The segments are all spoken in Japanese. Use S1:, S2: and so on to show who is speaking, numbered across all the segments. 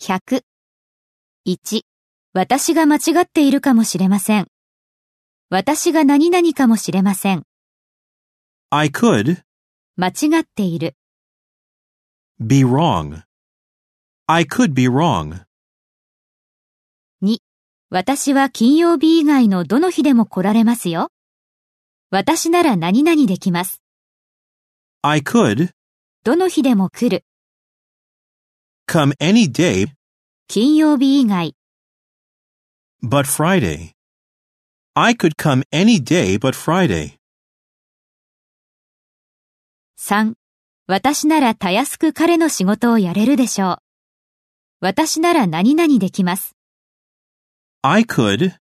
S1: 100。1. 私が間違っているかもしれません。私が何々かもしれません。
S2: I could
S1: 間違っている。
S2: be wrong. I could be wrong.
S1: 私は金曜日以外のどの日でも来られますよ。私なら何々できます。
S2: I could
S1: どの日でも来る。
S2: come any day
S1: 金曜日以外。
S2: but Friday. I could come any day but Friday.
S1: 3. 私ならたやすく彼の仕事をやれるでしょう。私なら何々できます。
S2: I could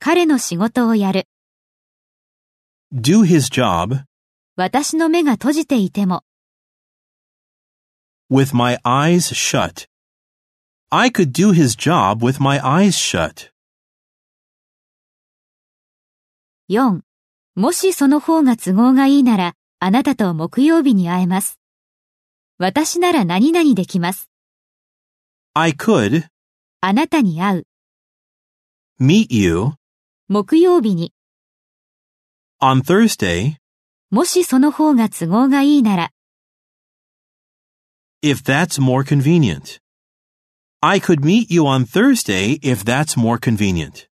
S1: 彼の仕事をやる。
S2: do his job
S1: 私の目が閉じていても、
S2: with my eyes shut. I could do his job with my eyes shut.
S1: 4. もしその方が都合がいいなら、あなたと木曜日に会えます。私なら何々できます。
S2: I could
S1: あなたに会う。
S2: meet you
S1: 木曜日に。
S2: on Thursday
S1: もしその方が都合がいいなら、
S2: if that's more convenient. I could meet you on Thursday if that's more convenient.